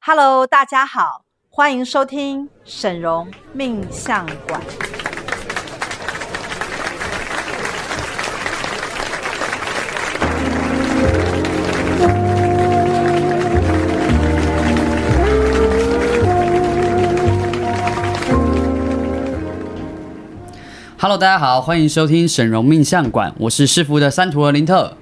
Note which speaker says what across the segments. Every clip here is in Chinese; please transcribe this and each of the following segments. Speaker 1: Hello，大家好，欢迎收听沈荣命相馆。
Speaker 2: Hello，大家好，欢迎收听沈荣命相馆，我是师傅的三徒儿林特。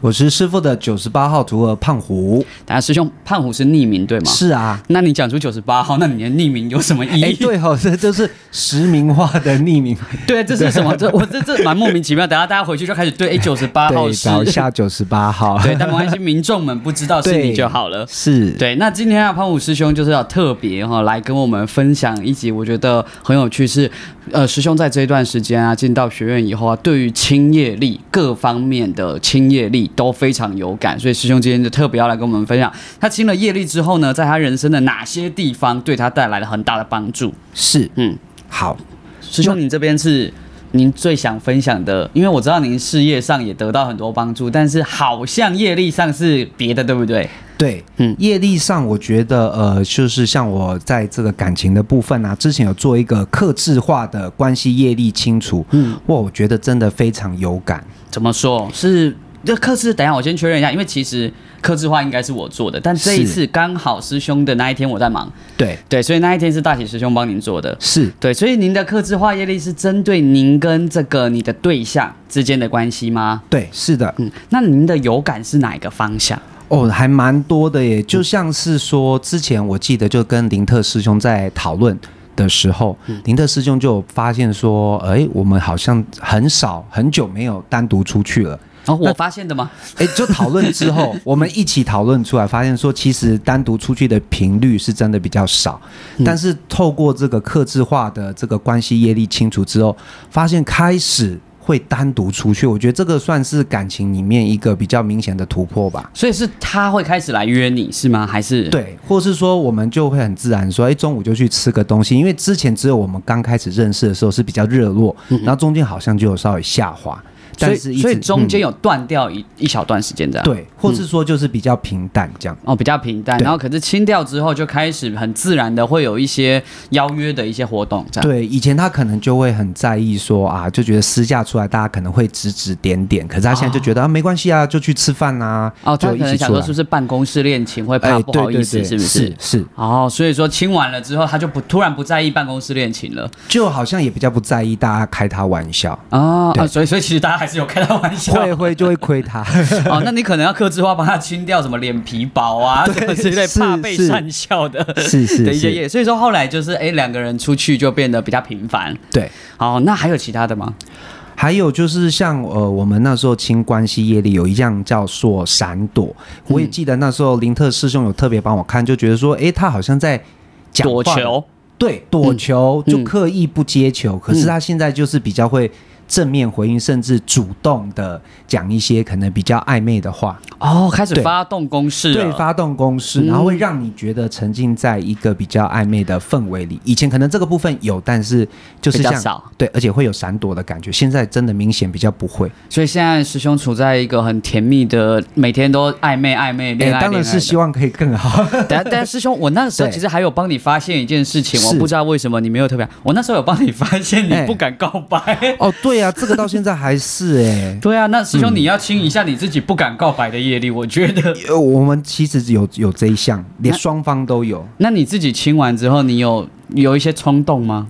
Speaker 3: 我是师傅的九十八号徒儿胖虎。
Speaker 2: 大家师兄胖虎是匿名对吗？。
Speaker 3: 是啊，
Speaker 2: 那你讲出九十八号，那你的匿名有什么意义？
Speaker 3: 哎、对哦，这就是实名化的匿名。
Speaker 2: 对这是什么？这我这这蛮莫名其妙。等下大家回去就开始对，哎，九十 八号
Speaker 3: 对，
Speaker 2: 是
Speaker 3: 找一下九十八号。
Speaker 2: 对，但没关系，民众们不知道是你就好了。
Speaker 3: 是，
Speaker 2: 对，那今天啊，胖虎师兄就是要特别哈、来跟我们分享一集，我觉得很有趣是，呃，师兄在这一段时间啊，进到学院以后啊，对于清业力各方面的清业力都非常有感，所以师兄今天就特别要来跟我们分享，他清了业力之后呢，在他人生的哪些地方对他带来了很大的帮助？
Speaker 3: 是
Speaker 2: 嗯，
Speaker 3: 好。
Speaker 2: 师兄，你这边是您最想分享的，因为我知道您事业上也得到很多帮助，但是好像业力上是别的，对不对？
Speaker 3: 对，
Speaker 2: 嗯
Speaker 3: 嗯，业力上我觉得呃，就是像我在这个感情的部分啊，之前有做一个克制化的关系业力清除，
Speaker 2: 嗯
Speaker 3: 嗯，哇，我觉得真的非常有感。
Speaker 2: 怎么说？是这克制？等一下我先确认一下，因为其实克制化应该是我做的，但这一
Speaker 3: 是
Speaker 2: 次刚好师兄的那一天我在忙，
Speaker 3: 对，
Speaker 2: 对，所以那一天是大喜师兄帮您做的。
Speaker 3: 是，
Speaker 2: 对，所以您的克制化业力是针对您跟这个你的对象之间的关系吗？
Speaker 3: 对，是的，
Speaker 2: 嗯，那您的有感是哪一个方向？
Speaker 3: 哦，还蛮多的耶，就像是说，之前我记得就跟林特师兄在讨论的时候，林特师兄就有发现说，哎，我们好像很少很久没有单独出去了。
Speaker 2: 哦，我发现的吗？
Speaker 3: 哎，就讨论之后，我们一起讨论出来，发现说其实单独出去的频率是真的比较少，但是透过这个克制化的这个关系业力清除之后，发现开始会单独出去，我觉得这个算是感情里面一个比较明显的突破吧。
Speaker 2: 所以是他会开始来约你是吗？还是？
Speaker 3: 对，或是说我们就会很自然说，哎，中午就去吃个东西，因为之前只有我们刚开始认识的时候是比较热络，然后中间好像就有稍微下滑，
Speaker 2: 嗯所以
Speaker 3: 但是一直
Speaker 2: 所以中间啊
Speaker 3: 嗯
Speaker 2: 有断掉一、一小段时间这样。。
Speaker 3: 对，或是说就是比较平淡这样。
Speaker 2: 哦，比较平淡，
Speaker 3: 对
Speaker 2: 然后可是清掉之后，就开始很自然的会有一些邀约的一些活动，这样。
Speaker 3: 对，以前他可能就会很在意说啊，就觉得私下出来大家可能会指指点点，可是他现在就觉得、啊没关系啊，就去吃饭啊，
Speaker 2: 哦，他可
Speaker 3: 就一起
Speaker 2: 能想
Speaker 3: 出
Speaker 2: 说
Speaker 3: 来
Speaker 2: 是不。是办公室恋情会怕
Speaker 3: 哎，
Speaker 2: 不好
Speaker 3: 对
Speaker 2: 意
Speaker 3: 对
Speaker 2: 思，
Speaker 3: 对，
Speaker 2: 是不是？
Speaker 3: 是，
Speaker 2: 哦，所以说清完了之后，他就不突然不在意办公室恋情了
Speaker 3: 就好像也比较不在意大家开他玩笑，
Speaker 2: 哦
Speaker 3: 对
Speaker 2: 啊，所以所以其实大家 还是有开他玩笑。
Speaker 3: 会会就会 亏他。
Speaker 2: 哦，那你可能要克制化，帮他清掉什么脸皮薄啊什么之类，
Speaker 3: 是
Speaker 2: 怕被
Speaker 3: 是
Speaker 2: 善笑的
Speaker 3: 是是
Speaker 2: 的一些
Speaker 3: 是
Speaker 2: 业。所以说后来就是哎，两个人出去就变得比较频繁。
Speaker 3: 对，
Speaker 2: 哦，那还有其他的吗？
Speaker 3: 还有就是像呃，我们那时候清关系业力有一样叫做闪躲，我也记得那时候林特师兄有特别帮我看，就觉得说，诶，他好像在讲
Speaker 2: 躲
Speaker 3: 话
Speaker 2: 球，
Speaker 3: 对，躲球、
Speaker 2: 嗯
Speaker 3: 就刻意不接球，可是他现在就是比较会正面回应，甚至主动的讲一些可能比较暧昧的话，
Speaker 2: 哦，开始
Speaker 3: 对
Speaker 2: 发动攻势
Speaker 3: 对，
Speaker 2: 了。
Speaker 3: 发动攻
Speaker 2: 嗯
Speaker 3: 势，然后会让你觉得沉浸在一个比较暧昧的氛围里。以前可能这个部分有，但是就是
Speaker 2: 比较
Speaker 3: 像
Speaker 2: 少
Speaker 3: 对，而且会有闪躲的感觉，现在真的明显比较不会。
Speaker 2: 所以现在师兄处在一个很甜蜜的，每天都暧昧暧昧恋爱。
Speaker 3: 哎当然是希望可以更好。
Speaker 2: 望。 但但师兄，我那时候
Speaker 3: 对
Speaker 2: 其实还有帮你发现一件事情，我
Speaker 3: 是
Speaker 2: 不知道为什么你没有特别。我那时候有帮你发现，你
Speaker 3: 哎
Speaker 2: 不敢告白。
Speaker 3: 哦，对啊，这个到现在还是哎、
Speaker 2: 对啊，那师兄你要清一下你自己不敢告白的业力，我觉得。
Speaker 3: 呃，我们其实有有这一项，连
Speaker 2: 那
Speaker 3: 双方都有。
Speaker 2: 那你自己清完之后，你有有一些冲动吗？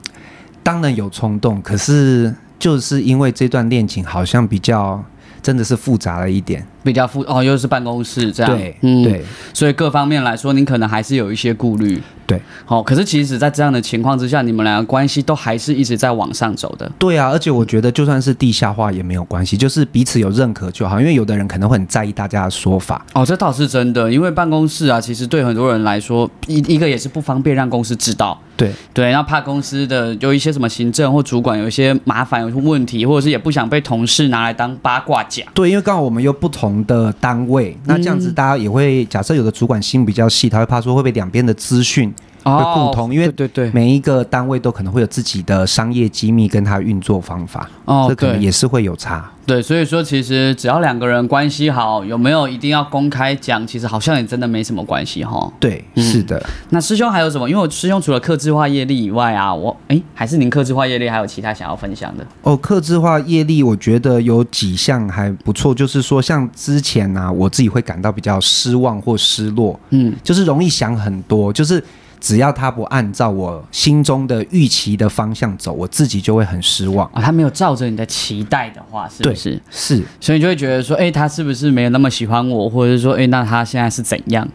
Speaker 3: 当然有冲动，可是就是因为这段恋情好像比较真的是复杂了一点。
Speaker 2: 比较复哦，又是办公室这样，嗯
Speaker 3: 对，啊对，
Speaker 2: 所以各方面来说，您可能还是有一些顾虑。
Speaker 3: 对，
Speaker 2: 好、可是其实，在这样的情况之下，你们两个关系都还是一直在往上走的。
Speaker 3: 对啊！而且我觉得就算是地下化也没有关系，就是彼此有认可就好。因为有的人可能会很在意大家的说法，
Speaker 2: 哦，这倒是真的，因为办公室啊，其实对很多人来说，一一个也是不方便让公司知道，
Speaker 3: 对
Speaker 2: 对，那怕公司的有一些什么行政或主管有一些麻烦、有一些问题，或者是也不想被同事拿来当八卦讲。
Speaker 3: 对，因为刚好我们有不同的单位，那这样子大家也会、假设有的主管心比较细，他会怕说会被两边的资讯会互通因为
Speaker 2: 哦对对对，
Speaker 3: 每一个单位都可能会有自己的商业机密跟它运作方法，
Speaker 2: 哦
Speaker 3: 这可能
Speaker 2: 对
Speaker 3: 也是会有差。
Speaker 2: 对，所以说其实只要两个人关系好，有没有一定要公开讲，其实好像也真的没什么关系哈。
Speaker 3: 对，
Speaker 2: 嗯
Speaker 3: 是的，
Speaker 2: 那师兄还有什么？因为我师兄除了克制化业力以外啊，我哎，还是您克制化业力还有其他想要分享的？
Speaker 3: 哦，克制化业力，我觉得有几项还不错，就是说像之前啊，我自己会感到比较失望或失落，
Speaker 2: 嗯，
Speaker 3: 就是容易想很多，就是只要他不按照我心中的预期的方向走，我自己就会很失望。
Speaker 2: 啊，他没有照着你的期待的话，是不
Speaker 3: 对
Speaker 2: 是？
Speaker 3: 是
Speaker 2: 所以你就会觉得说，哎，他是不是没有那么喜欢我，或者是说，哎，那他现在是怎样？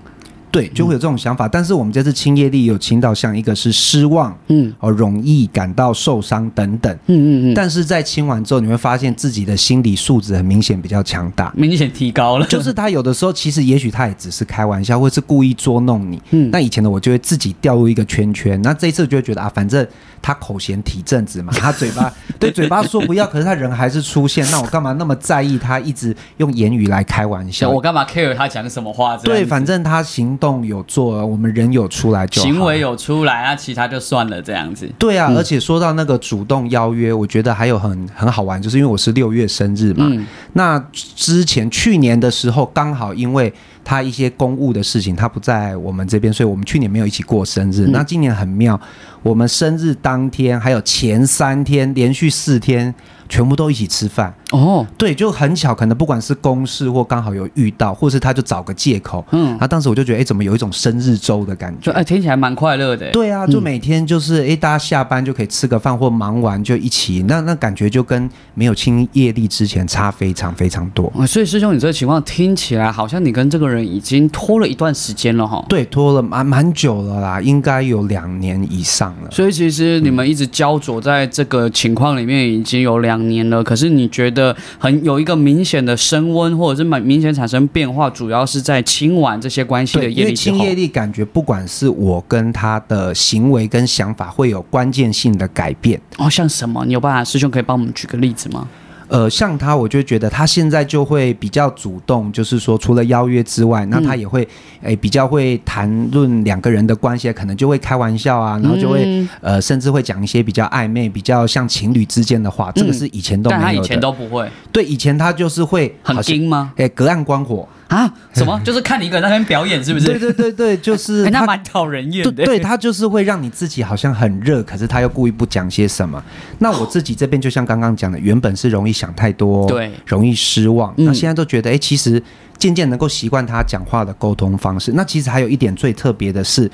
Speaker 3: 对，就会有这种想法。但是我们这次清业力有清到像一个是失望，
Speaker 2: 嗯
Speaker 3: 哦，容易感到受伤等等。
Speaker 2: 嗯嗯嗯，
Speaker 3: 但是在清完之后，你会发现自己的心理素质很明显比较强大。
Speaker 2: 明显提高了，
Speaker 3: 就是他有的时候，其实也许他也只是开玩笑，或是故意捉弄你。
Speaker 2: 嗯
Speaker 3: 那以前的我就会自己掉入一个圈圈，那这一次就会觉得啊，反正他口嫌体正直 嘛，他嘴巴对嘴巴说不要，可是他人还是出现，那我干嘛那么在意他一直用言语来开玩
Speaker 2: 想
Speaker 3: 笑
Speaker 2: 我？干嘛 care 他讲什么话？这样
Speaker 3: 对，
Speaker 2: 子
Speaker 3: 反正他行动有做，我们人有出来就好
Speaker 2: 行为。有出来啊，其他就算了这样子。
Speaker 3: 对啊，而且说到那个主动邀约，我觉得还有很很好玩，就是因为我是六月生日嘛，
Speaker 2: 嗯
Speaker 3: 那之前去年的时候，刚好因为他一些公务的事情，他不在我们这边，所以我们去年没有一起过生日。
Speaker 2: 嗯
Speaker 3: 那今年很妙，我们生日当天还有前三天，连续四天全部都一起吃饭。
Speaker 2: 哦，
Speaker 3: 对，就很巧，可能不管是公事或刚好有遇到，或是他就找个借口。
Speaker 2: 嗯
Speaker 3: 然，后当时我就觉得，哎，怎么有一种生日周的感
Speaker 2: 就
Speaker 3: 觉
Speaker 2: 哎、？听起来蛮快乐的。，
Speaker 3: 对啊，就每天就是哎、诶大家下班就可以吃个饭，或忙完就一起，那那感觉就跟没有清业力之前差非常非常多。
Speaker 2: 啊，所以师兄，你这个情况听起来好像你跟这个人已经拖了一段时间了哈。
Speaker 3: 对，拖了蛮蛮久了啦，应该有两年以上了。
Speaker 2: 所以其实你们一直焦灼在这个情况里面已经有两年了，可是你觉得很有一个明显的升温，或者是蛮明显产生变化，主要是在清完这些关系的
Speaker 3: 对，因
Speaker 2: 业
Speaker 3: 为
Speaker 2: 力之
Speaker 3: 清
Speaker 2: 后。
Speaker 3: 业力感觉，不管是我跟他的行为跟想法，会有关键性的改变。
Speaker 2: 哦，像什么？你有办法？师兄可以帮我们举个例子吗？
Speaker 3: 呃，像他，我就觉得他现在就会比较主动，就是说除了邀约之外，那他也会
Speaker 2: 嗯
Speaker 3: 诶、比较会谈论两个人的关系，可能就会开玩笑啊，然后就会、
Speaker 2: 嗯
Speaker 3: 呃，甚至会讲一些比较暧昧、比较像情侣之间的话，这个
Speaker 2: 嗯
Speaker 3: 是以前都
Speaker 2: 但他
Speaker 3: 没
Speaker 2: 以
Speaker 3: 有
Speaker 2: 前
Speaker 3: 的。
Speaker 2: 都不会，
Speaker 3: 对，以前他就是会
Speaker 2: 很
Speaker 3: 好像
Speaker 2: 精吗？
Speaker 3: 诶、隔岸观火，
Speaker 2: 啊？什 么？就是看你一个人在那边表演，是不是？
Speaker 3: 对对对对，就 是
Speaker 2: 哎那
Speaker 3: 他。
Speaker 2: 蛮讨人厌
Speaker 3: 对
Speaker 2: 的。
Speaker 3: 对，他就是会让你自己好像很热，可是他又故意不讲些什么。那我自己这边就像刚刚讲的，原本是容易想太多，
Speaker 2: 对
Speaker 3: 容易失望。
Speaker 2: 嗯
Speaker 3: 那现在都觉得，哎，其实渐渐能够习惯他讲话的沟通方式。那其实还有一点最特别的是，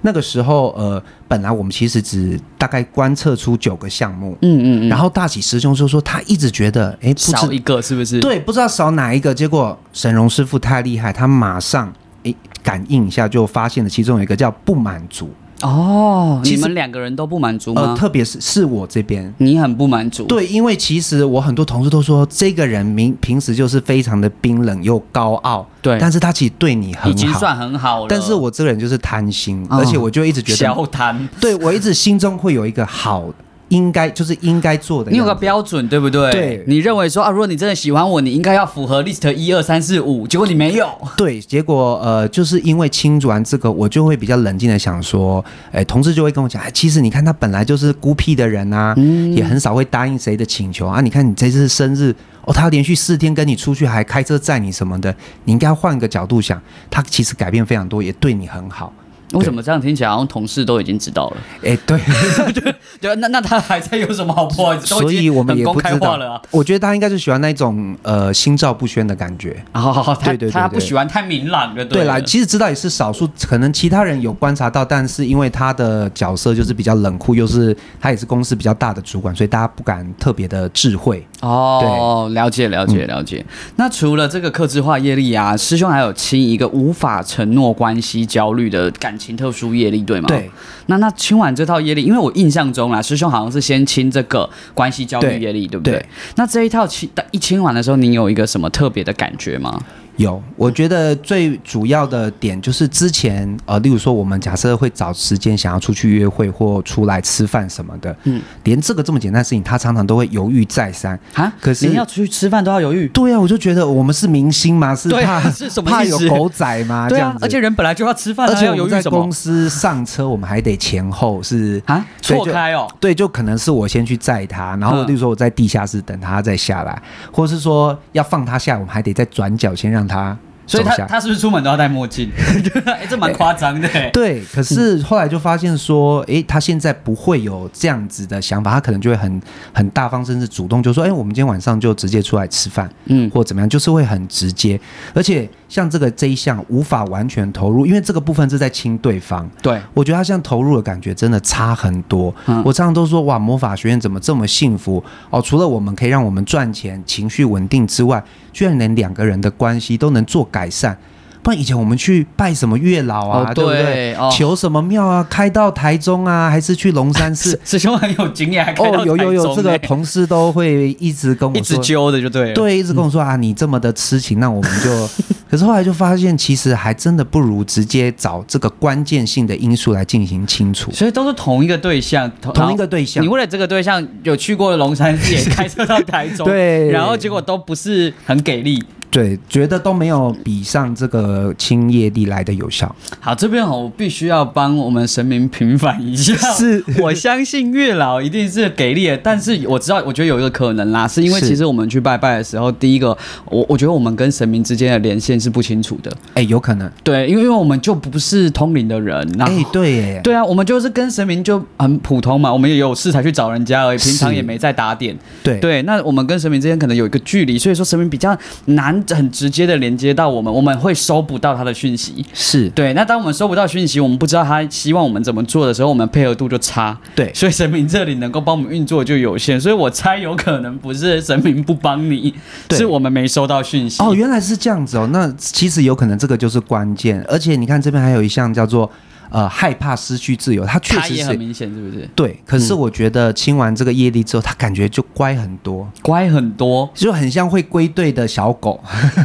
Speaker 3: 那个时候呃，本来我们其实只大概观测出九个项目，
Speaker 2: 嗯嗯嗯，
Speaker 3: 然后大喜师兄就说他一直觉得，哎，不
Speaker 2: 少
Speaker 3: 知
Speaker 2: 一个是不是？
Speaker 3: 对，不知道少哪一个。结果沈荣师傅太厉害，他马上诶感应一下就发现了其中有一个叫不满足，
Speaker 2: 哦，
Speaker 3: 其
Speaker 2: 你
Speaker 3: 实
Speaker 2: 们两个人都不满足吗
Speaker 3: 呃，？特别是是我这边。
Speaker 2: 你很不满足，，
Speaker 3: 对，因为其实我很多同事都说，这个人明平时就是非常的冰冷又高傲，
Speaker 2: 对
Speaker 3: 但是他其实对你很
Speaker 2: 已经
Speaker 3: 好。
Speaker 2: 算很好了。
Speaker 3: 但是我这个人就是贪心，
Speaker 2: 哦
Speaker 3: 而且我就一 直觉得，
Speaker 2: 小谈，
Speaker 3: 对我一直心中会有一个好应该就是应该做的样子。
Speaker 2: 你有个标准对不对？
Speaker 3: 对
Speaker 2: 你认为说啊，如果你真的喜欢我，你应该要符合 list 一二三四五，结果你没有。
Speaker 3: 对，结果呃，就是因为清完这个，我就会比较冷静的想说，哎，同事就会跟我讲，哎，其实你看他本来就是孤僻的人啊，
Speaker 2: 嗯
Speaker 3: 也很少会答应谁的请求啊。你看你这次生日，哦，他连续四天跟你出去，还开车载你什么的，你应该换个角度想，他其实改变非常多，也对你很好。
Speaker 2: 为什么这样听起来好像同事都已经知道了？
Speaker 3: 哎， 对，
Speaker 2: 对，那那他还在有什么好不好意思？都
Speaker 3: 所
Speaker 2: 已
Speaker 3: 以
Speaker 2: 经
Speaker 3: 我们
Speaker 2: 很
Speaker 3: 也
Speaker 2: 公
Speaker 3: 不
Speaker 2: 开
Speaker 3: 知
Speaker 2: 化
Speaker 3: 道
Speaker 2: 了啊。
Speaker 3: 我觉得他应该是喜欢那种呃心照不宣的感觉。
Speaker 2: 好好好，他
Speaker 3: 哦对对对
Speaker 2: 他
Speaker 3: 对
Speaker 2: 不喜欢太明朗的，
Speaker 3: 对啦，
Speaker 2: 了。
Speaker 3: 其实知道也是少数，可能其他人有观察到，但是因为他的角色就是比较冷酷，又是他也是公司比较大的主管，所以大家不敢特别的智慧。
Speaker 2: 哦，了解了
Speaker 3: 嗯
Speaker 2: 解了解。那除了这个克制化业力啊，师兄还有亲一个无法承诺关系焦虑的感情特殊业力，对吗？。
Speaker 3: 对，
Speaker 2: 那那清完这套业力，因为我印象中啦，啊师兄好像是先清这个关系焦虑
Speaker 3: 对
Speaker 2: 业力，对不对？
Speaker 3: 对
Speaker 2: 那这一套清一清完的时候，你有一个什么特别的感觉吗？
Speaker 3: 有，我觉得最主要的点就是之前呃，例如说我们假设会找时间想要出去约会或出来吃饭什么的，
Speaker 2: 嗯，
Speaker 3: 连这个这么简单的事情，他常常都会犹豫再三。
Speaker 2: 啊，
Speaker 3: 可是
Speaker 2: 连要出去吃饭都要犹豫，
Speaker 3: 对啊，我就觉得我们是明星嘛， 是
Speaker 2: 对啊
Speaker 3: 怕
Speaker 2: 是什么
Speaker 3: 怕
Speaker 2: 意
Speaker 3: 有
Speaker 2: 思
Speaker 3: 狗仔嘛，
Speaker 2: 对
Speaker 3: 这
Speaker 2: 啊
Speaker 3: 样，子。
Speaker 2: 而且人本来就要吃饭，啊
Speaker 3: 而且
Speaker 2: 还要
Speaker 3: 我
Speaker 2: 犹
Speaker 3: 们
Speaker 2: 豫
Speaker 3: 在
Speaker 2: 什么
Speaker 3: 公司上车，我们还得前后是
Speaker 2: 啊？
Speaker 3: 所以
Speaker 2: 错
Speaker 3: 就
Speaker 2: 开哦，
Speaker 3: 对，就可能是我先去载他，然后
Speaker 2: 嗯
Speaker 3: 例如说我在地下室等他再下来，或是说要放他下，我们还得再转角先让他
Speaker 2: 所以
Speaker 3: 走
Speaker 2: 他
Speaker 3: 下
Speaker 2: 他是不是出门都要戴墨镜？ 哎，这蛮夸张的。哎，
Speaker 3: 对，可是后来就发现说，诶，他现在不会有这样子的想法，他可能就会很很大方，甚至主动就说，诶，我们今天晚上就直接出来吃饭，
Speaker 2: 嗯
Speaker 3: 或怎么样，就是会很直接。而且像这个这一项无法完全投入，因为这个部分是在亲对方，
Speaker 2: 对，
Speaker 3: 我觉得他现在投入的感觉真的差很多。
Speaker 2: 嗯
Speaker 3: 我常常都说，哇，魔法学院怎么这么幸福哦？除了我们可以让我们赚钱、情绪稳定之外，居然连两个人的关系都能做改善。不然以前我们去拜什么月老啊，
Speaker 2: 哦
Speaker 3: 对不
Speaker 2: 对
Speaker 3: 对？
Speaker 2: 哦？
Speaker 3: 求什么庙啊，开到台中啊，还是去龙山寺
Speaker 2: 师兄很有经验，还 开到
Speaker 3: 哦，有有
Speaker 2: 台
Speaker 3: 有，
Speaker 2: 中
Speaker 3: 这个
Speaker 2: 哎
Speaker 3: 同事都会一直跟我说，
Speaker 2: 一直揪的就对了。，
Speaker 3: 对，一直跟我说、啊，你这么的痴情，那我们 就。可是后来就发现，其实还真的不如直接找这个关键性的因素来进行清除。
Speaker 2: 所以都是同一个对象，同
Speaker 3: 同一个对象
Speaker 2: 你为了这个对象有去过龙山寺，也开车到台中，
Speaker 3: 对
Speaker 2: 然后结果都不是很给力。
Speaker 3: 对，觉得都没有比上这个清业力来的有效。
Speaker 2: 好，这边哦，我必须要帮我们神明平反一下。
Speaker 3: 是
Speaker 2: 我相信月老一定是给力的，但是我知道，我觉得有一个可能啦，是因为
Speaker 3: 是
Speaker 2: 其实我们去拜拜的时候，第一个，我我觉得我们跟神明之间的连线是不清楚的，
Speaker 3: 哎，有可能。
Speaker 2: 对，因为因为我们就不是通灵的人，然后
Speaker 3: 哎，对耶，
Speaker 2: 对啊，我们就是跟神明就很普通嘛，我们也有事才去找人家而已，平常
Speaker 3: 是
Speaker 2: 也没在打点。
Speaker 3: 对
Speaker 2: 对，那我们跟神明之间可能有一个距离，所以说神明比较难很直接的连接到我们，我们会收不到他的讯息。
Speaker 3: 是，
Speaker 2: 对，那当我们收不到讯息，我们不知道他希望我们怎么做的时候，我们配合度就差。
Speaker 3: 对
Speaker 2: 所以神明这里能够帮我们运作就有限，所以我猜有可能不是神明不帮你，
Speaker 3: 对
Speaker 2: 是我们没收到讯息。
Speaker 3: 哦，原来是这样子哦。那其实有可能这个就是关键，而且你看这边还有一项叫做呃害怕失去自由，它确
Speaker 2: 他
Speaker 3: 实
Speaker 2: 也很
Speaker 3: 是
Speaker 2: 明显，是嗯不是？
Speaker 3: 对。可是我觉得清完这个业力之后，他感觉就乖很多，
Speaker 2: 乖很 多，
Speaker 3: 就很像会归队的小狗。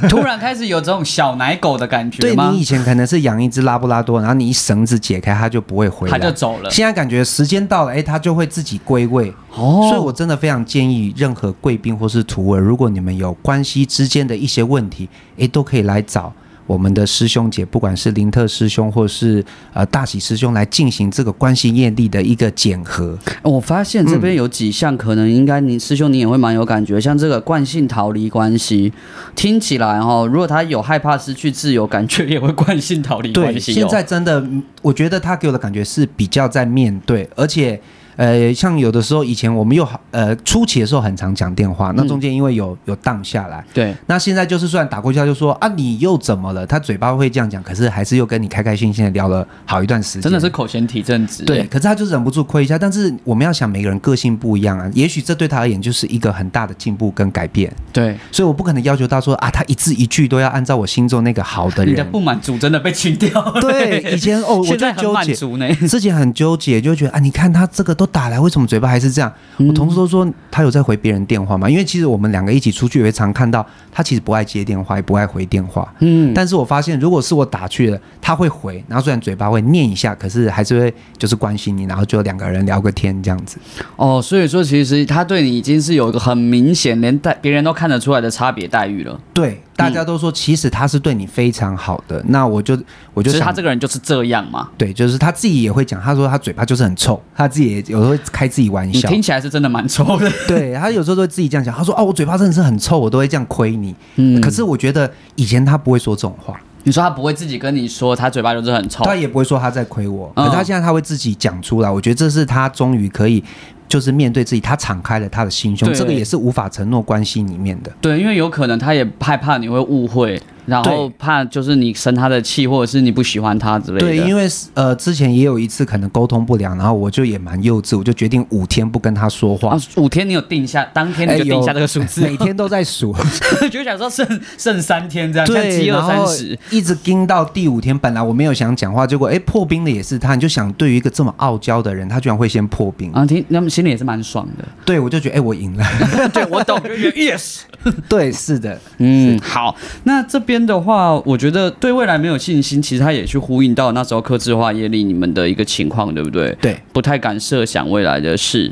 Speaker 2: 突然开始有这种小奶狗的感觉
Speaker 3: 对
Speaker 2: 吗？
Speaker 3: 你以前可能是养一只拉布拉多，然后你一绳子解开，它就不会回
Speaker 2: 他
Speaker 3: 来，
Speaker 2: 就走了。
Speaker 3: 现在感觉时间到了，哎，它就会自己归位。
Speaker 2: 哦
Speaker 3: 所以我真的非常建议任何贵宾或是徒儿，如果你们有关系之间的一些问题，诶，都可以来找我们的师兄姐，不管是林特师兄或是呃大喜师兄来进行这个关系业力的一个检核。
Speaker 2: 我发现这边有几项，可能应该你师兄你也会蛮有感觉，像这个惯性逃离关系，听起来哦，如果他有害怕失去自由，感觉也会惯性逃离关
Speaker 3: 对，
Speaker 2: 系、哦。
Speaker 3: 现在真的，嗯我觉得他给我的感觉是比较在面对，而且。呃，像有的时候以前我们又好呃初期的时候很常讲电话，那中间因为有、有荡下来，
Speaker 2: 对
Speaker 3: 那现在就是虽然打过去，他就说啊你又怎么了？他嘴巴会这样讲，可是还是又跟你开开心心的聊了好一段时间，
Speaker 2: 真的是口嫌体正直。欸
Speaker 3: 对。，可是他就忍不住亏一下，但是我们要想每个人个性不一样啊，也许这对他而言就是一个很大的进步跟改变，
Speaker 2: 对，
Speaker 3: 所以我不可能要求他说啊他一字一句都要按照我心中那个好的
Speaker 2: 你的
Speaker 3: 人。
Speaker 2: 不满足真的被清掉了。欸
Speaker 3: 对，以前哦，我
Speaker 2: 现
Speaker 3: 就
Speaker 2: 在很
Speaker 3: 纠
Speaker 2: 满
Speaker 3: 结，
Speaker 2: 足呢。
Speaker 3: 之前很纠结，就会觉得啊，你看他这个都打来，为什么嘴巴还是这样？
Speaker 2: 嗯
Speaker 3: 我同事都说他有在回别人电话嘛，因为其实我们两个一起出去，也会常看到他其实不爱接电话，也不爱回电话。
Speaker 2: 嗯，
Speaker 3: 但是我发现，如果是我打去了，他会回，然后虽然嘴巴会念一下，可是还是会就是关心你，然后就两个人聊个天这样子。
Speaker 2: 哦，所以说其实他对你已经是有一个很明显，连待别人都看得出来的差别待遇了。
Speaker 3: 对，大家都说其实他是对你非常好的，那我就我
Speaker 2: 我
Speaker 3: 就
Speaker 2: 觉得
Speaker 3: 想
Speaker 2: 他这个人就是这样嘛。
Speaker 3: 对，就是他自己也会讲，他说他嘴巴就是很臭，他自己也有时候会开自己玩
Speaker 2: 你
Speaker 3: 笑。
Speaker 2: 听起来是真的蛮臭 的。
Speaker 3: 对他有时候都会自己这样想，他说：“哦，我嘴巴真的是很臭，我都会这样亏你。”
Speaker 2: 嗯
Speaker 3: 可是我觉得以前他不会说这种话，
Speaker 2: 你说他不会自己跟你说他嘴巴就是很臭，
Speaker 3: 他也不会说他在亏我，
Speaker 2: 嗯
Speaker 3: 可是他现在他会自己讲出来。我觉得这是他终于可以，就是面对自己，他敞开了他的心胸，
Speaker 2: 对
Speaker 3: 这个也是无法承诺关系里面的。
Speaker 2: 对，因为有可能他也害怕你会误会，然后
Speaker 3: 对
Speaker 2: 怕就是你生他的气，或者是你不喜欢他之类的。
Speaker 3: 对，因
Speaker 2: 为
Speaker 3: 为呃，之前也有一次可能沟通不良，然后我就也蛮幼稚，我就决定五天不跟他说话
Speaker 2: 啊，，五天你有定下，当天你就
Speaker 3: 哎有
Speaker 2: 定下这个数字，
Speaker 3: 每天都在数。
Speaker 2: 就想说剩剩三天这样， 像
Speaker 3: 对，
Speaker 2: 饥饿
Speaker 3: 然
Speaker 2: 三
Speaker 3: 后
Speaker 2: 十。
Speaker 3: 一直盯到第五天，本来我没有想讲话，结果哎破冰的也是他，你就想对于一个这么傲娇的人，他居然会先破冰。
Speaker 2: 啊，听那么心里也是蛮爽的。
Speaker 3: 对我就觉得哎、我赢了。
Speaker 2: 对，我懂，就觉得 yes。
Speaker 3: 对，是的，
Speaker 2: 嗯，好，那这边的话，我觉得对未来没有信心，其实它也去呼应到那时候克制化业力你们的一个情况，对不对？
Speaker 3: 对，
Speaker 2: 不太敢设想未来的事。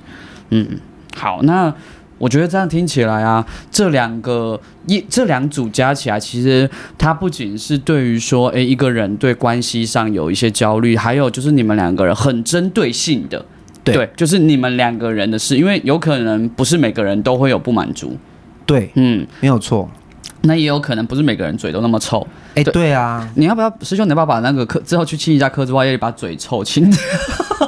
Speaker 2: 嗯，好，那我觉得这样听起来啊，这两个一这两组加起来，其实它不仅是对于说，诶，一个人对关系上有一些焦虑，还有就是你们两个人很针对性的。
Speaker 3: 对
Speaker 2: 就是你们两个人的事，因为有可能不是每个人都会有不满足，
Speaker 3: 对，
Speaker 2: 嗯，
Speaker 3: 没有错。
Speaker 2: 那也有可能不是每个人嘴都那么臭。
Speaker 3: 哎、
Speaker 2: 对
Speaker 3: 对啊，
Speaker 2: 你要不要师兄？你要不要把那个科之后去清一下科之外，也把嘴臭清掉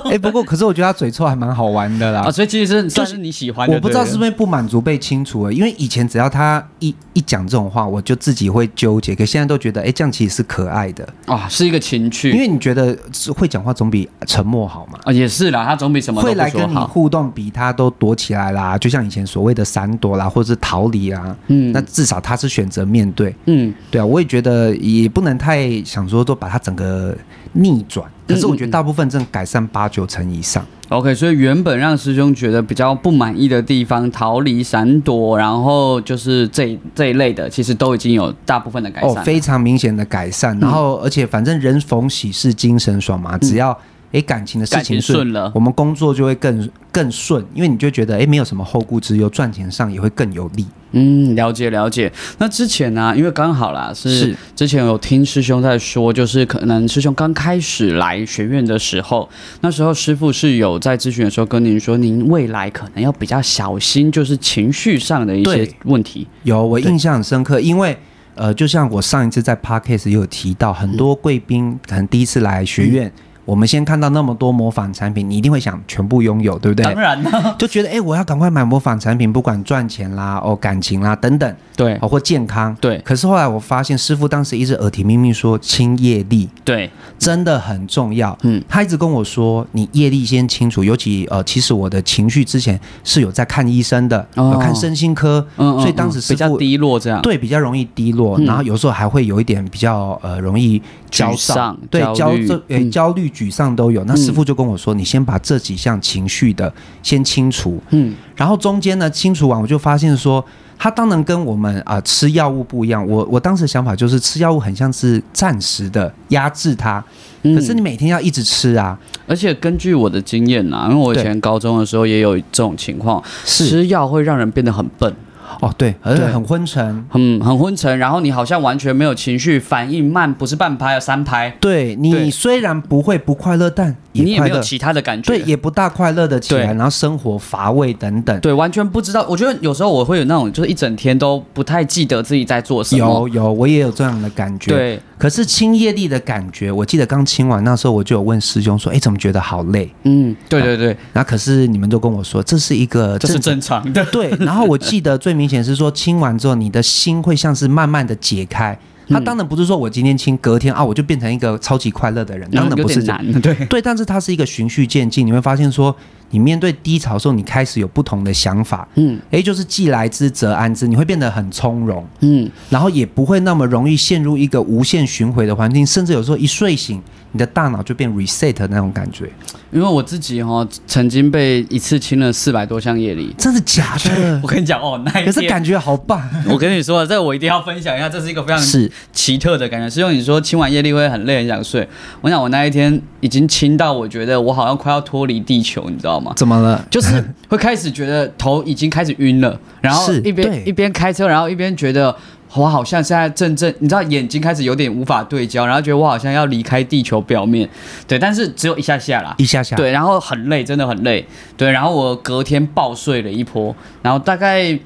Speaker 3: 哎、不过可是我觉得他嘴臭还蛮好玩 的啦。
Speaker 2: 啊？所以其实是算是你喜欢的，
Speaker 3: 我不知道
Speaker 2: 啊对
Speaker 3: 是
Speaker 2: 对
Speaker 3: 不是不满足被清除了，因为以前只要他一一讲这种话，我就自己会纠结。可现在都觉得，哎、这样其实是可爱的，
Speaker 2: 啊，是一个情
Speaker 3: 因
Speaker 2: 趣
Speaker 3: 为你觉得是会讲话总比沉默好嘛。
Speaker 2: 啊，也是啦，他总比什么都
Speaker 3: 会
Speaker 2: 不
Speaker 3: 来
Speaker 2: 说
Speaker 3: 跟你
Speaker 2: 好。
Speaker 3: 互动，比他都躲起来啦，就像以前所谓的闪躲啦，或者是逃离啊。
Speaker 2: 嗯
Speaker 3: 那至少他是选择面对，
Speaker 2: 嗯，
Speaker 3: 对啊，我也觉得也不能太想说都把它整个逆转，
Speaker 2: 嗯
Speaker 3: 可是我觉得大部分真的改善八九成以上。
Speaker 2: OK，所以原本让师兄觉得比较不满意的地方，逃离、闪躲，然后就是这一这一类的，其实都已经有大部分的改善
Speaker 3: 哦
Speaker 2: 了。，嗯
Speaker 3: 非常明显的改善。然后，而且反正人逢喜事精神爽嘛，只要诶感情的事
Speaker 2: 感情
Speaker 3: 情
Speaker 2: 顺了
Speaker 3: 我们工作就会更更顺，因为你就觉得诶没有什么后顾之忧，赚钱上也会更有利。
Speaker 2: 嗯，了解了解。那之前呢、因为刚好啦，是
Speaker 3: 是
Speaker 2: 之前有听师兄在说，就是可能师兄刚开始来学院的时候，那时候师傅是有在咨询的时候跟您说，您未来可能要比较小心，就是情绪上的一些
Speaker 3: 对
Speaker 2: 问题。
Speaker 3: 有我
Speaker 2: 对
Speaker 3: 印象很深刻，因为呃，就像我上一次在 podcast 也有提到，很多贵宾
Speaker 2: 嗯
Speaker 3: 可能第一次来学院。我们先看到那么多模仿产品，你一定会想全部拥有，对不对？
Speaker 2: 当然了，
Speaker 3: 就觉得哎、诶我要赶快买模仿产品，不管赚钱啦、哦感情啦等等，
Speaker 2: 对
Speaker 3: 包括健康。
Speaker 2: 对
Speaker 3: 可是后来我发现，师傅当时一直耳提面命说，清业力
Speaker 2: 对，
Speaker 3: 真的很重要。
Speaker 2: 嗯
Speaker 3: 嗯，他一直跟我说，你业力先清楚，尤其呃，其实我的情绪之前是有在看医生的，
Speaker 2: 哦
Speaker 3: 有看身心科，
Speaker 2: 嗯，嗯
Speaker 3: 所以当时
Speaker 2: 嗯
Speaker 3: 师
Speaker 2: 比较
Speaker 3: 傅。
Speaker 2: 低落这样。
Speaker 3: 对，比较容易低落，
Speaker 2: 嗯
Speaker 3: 然后有时候还会有一点比较呃容易焦
Speaker 2: 沮丧
Speaker 3: 躁，对
Speaker 2: 焦
Speaker 3: 焦
Speaker 2: 虑
Speaker 3: 这呃
Speaker 2: 嗯
Speaker 3: 焦虑、沮丧都有。那师傅就跟我说，你先把这几项情绪的先清除，
Speaker 2: 嗯，
Speaker 3: 然后中间呢清除完，我就发现说，它当然跟我们啊、吃药物不一样。我我当时想法就是吃药物很像是暂时的压制它，
Speaker 2: 嗯
Speaker 3: 可是你每天要一直吃啊，
Speaker 2: 而且根据我的经验啊呐、因为我以
Speaker 3: 对
Speaker 2: 前高中的时候也有这种情况，
Speaker 3: 是
Speaker 2: 吃药会让人变得很笨。
Speaker 3: 哦对，而且
Speaker 2: 对
Speaker 3: 很昏沉。
Speaker 2: 很很昏沉，然后你好像完全没有情绪，反应慢，不是半拍，三拍，对
Speaker 3: 对你虽然不会不快乐，但
Speaker 2: 你
Speaker 3: 也
Speaker 2: 也
Speaker 3: 快
Speaker 2: 没有
Speaker 3: 乐，
Speaker 2: 其他的感觉，
Speaker 3: 对，也不大快乐的起
Speaker 2: 对
Speaker 3: 来，然后生活乏味等等。
Speaker 2: 对，完全不知道。我觉得有时候我会有那种，就是一整天都不太记得自己在做什么。
Speaker 3: 有有，我也有这样的感觉。，
Speaker 2: 对，
Speaker 3: 可是清业力的感觉，我记得刚清完那时候，我就有问师兄说：“哎，怎么觉得好累
Speaker 2: 嗯，对对对，？”
Speaker 3: 然后可是你们都跟我说，这是一个
Speaker 2: 这是
Speaker 3: 啊正常
Speaker 2: 正常的。
Speaker 3: 对，然后我记得最明显是说，清完之后，你的心会像是慢慢的解开。它
Speaker 2: 嗯
Speaker 3: 当然不是说我今天清，隔天啊我就变成一个超级快乐的人，当然
Speaker 2: 有
Speaker 3: 不是
Speaker 2: 点
Speaker 3: 这样。
Speaker 2: 难，对，
Speaker 3: 对，但是它是一个循序渐进，你会发现说，你面对低潮的时候，你开始有不同的想法，
Speaker 2: 嗯
Speaker 3: 诶，就是既来之则安之，你会变得很从容，
Speaker 2: 嗯，
Speaker 3: 然后也不会那么容易陷入一个无限循环的环境，甚至有时候一睡醒，你的大脑就变 reset 的那种感觉，
Speaker 2: 因为我自己哈、哦、曾经被一次清了四百多项夜里，
Speaker 3: 真的假的
Speaker 2: 我？跟你讲哦，那一
Speaker 3: 可是
Speaker 2: 天
Speaker 3: 感觉好棒，啊
Speaker 2: 我跟你说，这个我一定要分享一下，这是一个非常
Speaker 3: 是
Speaker 2: 奇特的感觉。师兄，你说清完夜力会很累，很想睡。我想我那一天已经清到，我觉得我好像快要脱离地球，你知道吗？
Speaker 3: 怎么了？
Speaker 2: 就是会开始觉得头已经开始晕了，然后
Speaker 3: 是
Speaker 2: 一边
Speaker 3: 对
Speaker 2: 一边开车，然后一边觉得我好像现在正正，你知道眼睛开始有点无法对焦，然后觉得我好像要离开地球表面，对，但是只有一下下啦，
Speaker 3: 一下下，
Speaker 2: 对，然后很累，真的很累。对，然后我隔天暴睡了一波，然后大概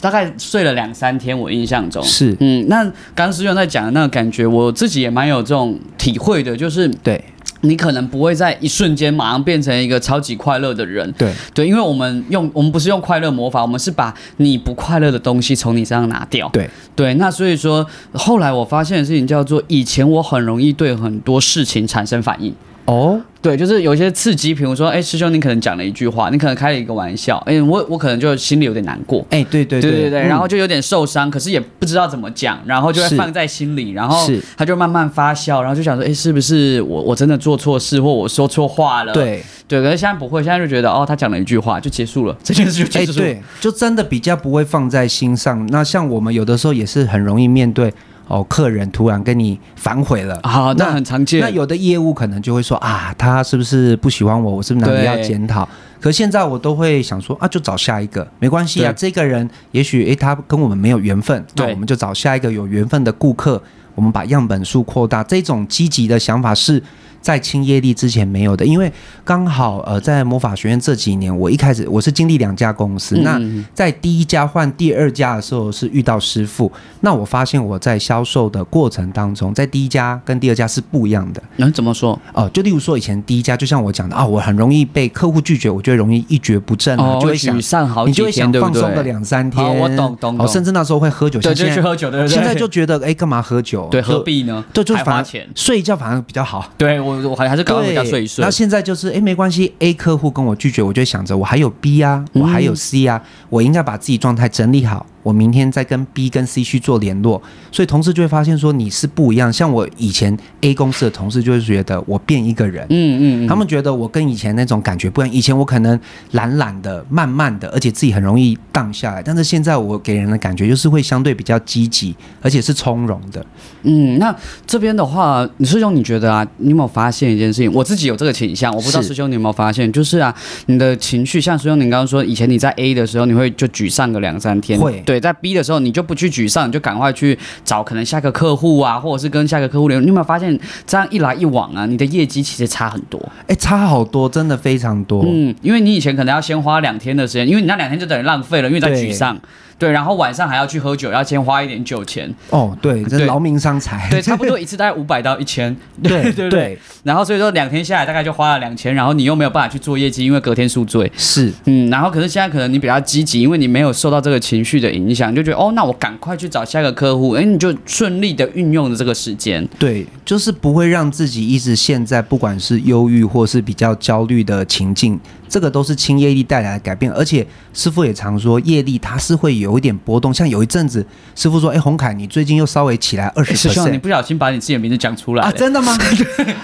Speaker 2: 大概睡了两三天，我印象中
Speaker 3: 是
Speaker 2: 嗯。那刚刚师兄在讲的那个感觉，我自己也蛮有这种体会的，就是
Speaker 3: 对
Speaker 2: 你可能不会在一瞬间马上变成一个超级快乐的人。
Speaker 3: 对。
Speaker 2: 对，因为我们用我们不是用快乐魔法，我们是把你不快乐的东西从你身上拿掉。
Speaker 3: 对
Speaker 2: 对，那所以说后来我发现的事情叫做，以前我很容易对很多事情产生反应。
Speaker 3: 哦，
Speaker 2: 对，就是有一些刺激，比如说，哎、师兄，你可能讲了一句话，你可能开了一个玩笑，哎、我我可能就心里有点难过，
Speaker 3: 哎，对对
Speaker 2: 对
Speaker 3: 对
Speaker 2: 对对，
Speaker 3: 嗯
Speaker 2: 然后就有点受伤，可是也不知道怎么讲，然后就会
Speaker 3: 是
Speaker 2: 放在心里，然后
Speaker 3: 是
Speaker 2: 他就慢慢发酵，然后就想说，哎，是不是我我真的做错事，或我说错话了？
Speaker 3: 对，
Speaker 2: 对，可是现在不会，现在就觉得哦，他讲了一句话就结束了，这件事就
Speaker 3: 哎、
Speaker 2: 结束了。
Speaker 3: 对，就真的比较不会放在心上。那像我们有的时候也是很容易面对哦，客人突然跟你反悔了。
Speaker 2: 啊，那很常见。
Speaker 3: 那有的业务可能就会说啊，他是不是不喜欢我？我是不是哪里
Speaker 2: 对
Speaker 3: 要检讨？可现在我都会想说啊，就找下一个，没关系啊。这个人也许诶，他跟我们没有缘分，那
Speaker 2: 对
Speaker 3: 我们就找下一个有缘分的顾客，我们把样本数扩大。这种积极的想法是在清业力之前没有的，因为刚好呃，在魔法学院这几年，我一开始我是经历两家公司，
Speaker 2: 嗯
Speaker 3: 那
Speaker 2: 嗯嗯
Speaker 3: 在第一家换第二家的时候是遇到师傅，那我发现我在销售的过程当中，在第一家跟第二家是不一样的。
Speaker 2: 嗯，怎么说？
Speaker 3: 哦，就例如说以前第一家，就像我讲的啊，我很容易被客户拒绝，我就会容易一蹶不振啊，
Speaker 2: 哦，
Speaker 3: 就
Speaker 2: 会
Speaker 3: 会想
Speaker 2: 沮。丧好
Speaker 3: 你就
Speaker 2: 几
Speaker 3: 会
Speaker 2: 天，
Speaker 3: 想
Speaker 2: 对不
Speaker 3: 放
Speaker 2: 对？
Speaker 3: 松个两三天，
Speaker 2: 好我懂懂
Speaker 3: 哦，
Speaker 2: 懂
Speaker 3: 甚至那时候会喝酒，
Speaker 2: 对，
Speaker 3: 像
Speaker 2: 就
Speaker 3: 现
Speaker 2: 去
Speaker 3: 在
Speaker 2: 喝酒，对不对？
Speaker 3: 现在就觉得，哎，干嘛喝酒？
Speaker 2: 对，
Speaker 3: 就
Speaker 2: 何？必呢？
Speaker 3: 对，就
Speaker 2: 还
Speaker 3: 反
Speaker 2: 花
Speaker 3: 而
Speaker 2: 钱。
Speaker 3: 睡一觉反而比较好。
Speaker 2: 对我，我还还是赶快回家睡一睡
Speaker 3: 那。现在就是，哎，没关系，A 客户跟我拒绝，我就想着我还有 B 啊，
Speaker 2: 嗯
Speaker 3: 我还有 C 啊，我应该把自己状态整理好，我明天再跟 B 跟 C 去做联络。所以同事就会发现说你是不一样，像我以前 A 公司的同事就会觉得我变一个人，
Speaker 2: 嗯嗯嗯，
Speaker 3: 他们觉得我跟以前那种感觉不一样，以前我可能懒懒的、慢慢的，而且自己很容易荡下来，但是现在我给人的感觉就是会相对比较积极，而且是从容的。
Speaker 2: 嗯，那这边的话，你师兄你觉得啊，你有没有发现一件事情？我自己有这个倾向，我不知道
Speaker 3: 是
Speaker 2: 师兄你有没有发现，就是啊，你的情绪，像师兄你刚刚说，以前你在 A 的时候，你会就沮丧个两三天，
Speaker 3: 会
Speaker 2: 对，在 B 的时候你就不去沮丧，你就赶快去找可能下个客户啊，或者是跟下个客户联络。你有没有发现，这样一来一往啊，你的业绩其实差很多？
Speaker 3: 哎，差好多，真的非常多。
Speaker 2: 嗯，因为你以前可能要先花两天的时间，因为你那两天就等于浪费了，因为你在
Speaker 3: 对
Speaker 2: 沮丧，对，然后晚上还要去喝酒，要先花一点酒钱，
Speaker 3: 哦，对，这
Speaker 2: 对
Speaker 3: 劳民伤财。
Speaker 2: 对，差不多一次大概五百到一千，
Speaker 3: 对
Speaker 2: 对对。然后所以说两天下来大概就花了两千，然后你又没有办法去做业绩，因为隔天宿醉。
Speaker 3: 是
Speaker 2: 嗯，然后可是现在可能你比较积极，因为你没有受到这个情绪的影响，就觉得哦，那我赶快去找下一个客户，哎，你就顺利的运用了这个时间。
Speaker 3: 对，就是不会让自己一直陷在不管是忧郁或是比较焦虑的情境，这个都是清业力带来的改变。而且师傅也常说，业力它是会有一点波动，像有一阵子师傅说：“哎，洪凯，你最近又稍微起来二十
Speaker 2: 师兄，你
Speaker 3: percent
Speaker 2: 不小心把你自己的名字讲出来
Speaker 3: 啊？
Speaker 2: 了，
Speaker 3: 真的吗？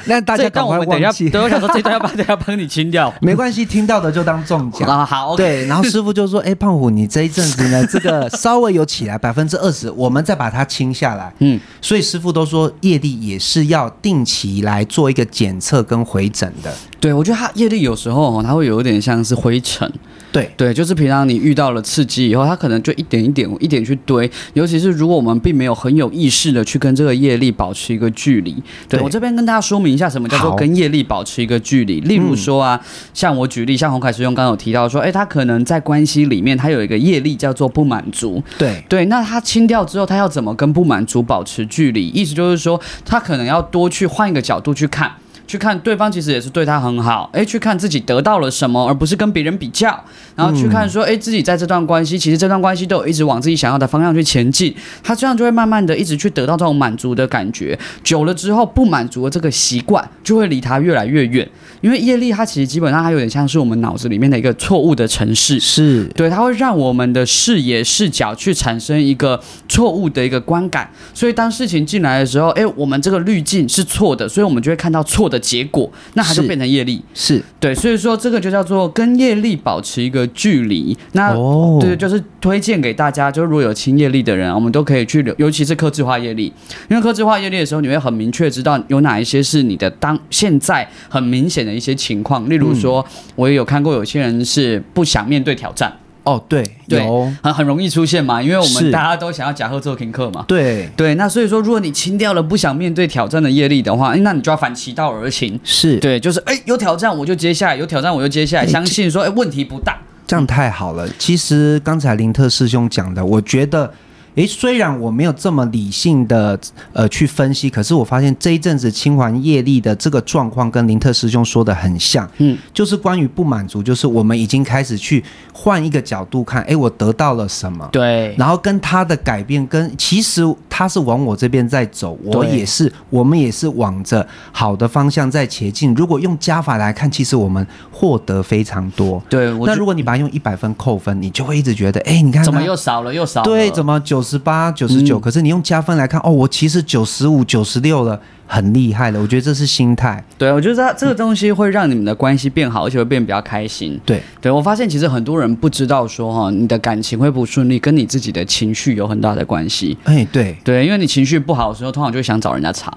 Speaker 3: 那大
Speaker 2: 这
Speaker 3: 家
Speaker 2: 一
Speaker 3: 赶
Speaker 2: 段我
Speaker 3: 快
Speaker 2: 们等一下
Speaker 3: 忘，记，
Speaker 2: 对，我想说这一段要把等一下帮你清掉。
Speaker 3: 没关系，听到的就当中奖。”
Speaker 2: 啊，好，OK，
Speaker 3: 对，然后师傅就说：“哎、胖虎，你这一阵子呢，这个稍微有起来 百分之二十，我们再把它清下来。”
Speaker 2: 嗯，
Speaker 3: 所以师傅都说业力也是要定期来做一个检测跟回诊的。
Speaker 2: 对，我觉得他业力有时候哦，他会有一点像是灰尘，
Speaker 3: 对，
Speaker 2: 对，就是平常你遇到了刺激以后，它可能就一点一点一点去堆，尤其是如果我们并没有很有意识的去跟这个业力保持一个距离。对
Speaker 3: 对
Speaker 2: 我这边跟大家说明一下，什么叫做
Speaker 3: 好嗯
Speaker 2: 跟业力保持一个距离。例如说啊，像我举例，像洪凯师兄刚刚有提到说，哎，他可能在关系里面，他有一个业力叫做不满足。
Speaker 3: 对，
Speaker 2: 对，那他清掉之后，他要怎么跟不满足保持距离？意思就是说，他可能要多去换一个角度去看。去看对方其实也是对他很好，哎，去看自己得到了什么，而不是跟别人比较，然后去看说，哎，自己在这段关系，其实这段关系都有一直往自己想要的方向去前进，他这样就会慢慢的一直去得到这种满足的感觉，久了之后不满足的这个习惯就会离他越来越远，因为业力它其实基本上它有点像是我们脑子里面的一个错误的程式，
Speaker 3: 是，
Speaker 2: 对，它会让我们的视野视角去产生一个错误的一个观感，所以当事情进来的时候，哎，我们这个滤镜是错的，所以我们就会看到错的结果，那它就是变成业力。
Speaker 3: 是，
Speaker 2: 对，所以说这个就叫做跟业力保持一个距离。那、
Speaker 3: 哦
Speaker 2: 对，就是推荐给大家，就是如果有轻业力的人，我们都可以去留，尤其是克制化业力，因为克制化业力的时候，你会很明确知道有哪一些是你的当现在很明显的一些情况，例如说，我也有看过有些人是不想面对挑战。
Speaker 3: 哦，对，
Speaker 2: 对
Speaker 3: 有，
Speaker 2: 很很容易出现嘛，因为我们
Speaker 3: 是
Speaker 2: 大家都想要假贺做停课嘛。
Speaker 3: 对，
Speaker 2: 对，那所以说，如果你清掉了不想面对挑战的业力的话，诶那你就要反其道而行。
Speaker 3: 是，
Speaker 2: 对，就是哎，诶有挑战我就接下来，有挑战我就接下来，
Speaker 3: 诶
Speaker 2: 相信说哎问题不大。
Speaker 3: 这样太好了。其实刚才林特师兄讲的，我觉得。诶，虽然我没有这么理性的呃去分析，可是我发现这一阵子清还业力的这个状况跟林特师兄说的很像，
Speaker 2: 嗯，
Speaker 3: 就是关于不满足，就是我们已经开始去换一个角度看，诶，我得到了什么，
Speaker 2: 对，
Speaker 3: 然后跟他的改变跟其实他是往我这边在走，我
Speaker 2: 对
Speaker 3: 也是，我们也是往着好的方向在前进。如果用加法来看，其实我们获得非常多。
Speaker 2: 对，我
Speaker 3: 那
Speaker 2: 就
Speaker 3: 如果你把它用一百分扣分，你就会一直觉得，哎、你看
Speaker 2: 怎么
Speaker 3: 他
Speaker 2: 又少了又少了？嗯
Speaker 3: 对，怎
Speaker 2: 么
Speaker 3: 么九十八、九十九？可是你用加分来看，哦，我其实九十五、九十六了，很厉害了。我觉得这是心态。
Speaker 2: 对？我觉得它这个东西会让你们的关系变好，而且会变比较开心。
Speaker 3: 对，
Speaker 2: 对我发现，其实很多人不知道说哈，你的感情会不顺利，跟你自己的情绪有很大的关系。
Speaker 3: 哎、对，
Speaker 2: 对，因为你情绪不好的时候，通常就会想找人家茬。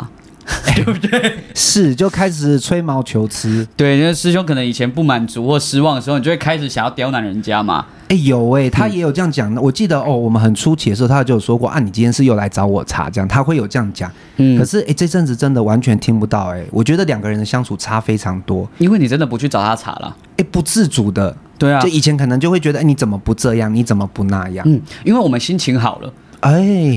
Speaker 3: 是就开始吹毛求疵。
Speaker 2: 对，因为师兄可能以前不满足或失望的时候，你就会开始想要刁难人家嘛。
Speaker 3: 哎、有哎、
Speaker 2: 嗯
Speaker 3: 他也有这样讲的。我记得哦，我们很初期的时候，他就有说过啊，你今天是又来找我茬，这样他会有这样讲。
Speaker 2: 嗯
Speaker 3: 可，是哎、这阵子真的完全听不到哎、我觉得两个人的相处差非常多。
Speaker 2: 因为你真的不去找他茬了。
Speaker 3: 哎、不自主的，
Speaker 2: 对啊
Speaker 3: 就，以前可能就会觉得，哎、你怎么不这样？你怎么不那样？
Speaker 2: 嗯，因为我们心情好了。
Speaker 3: 哎、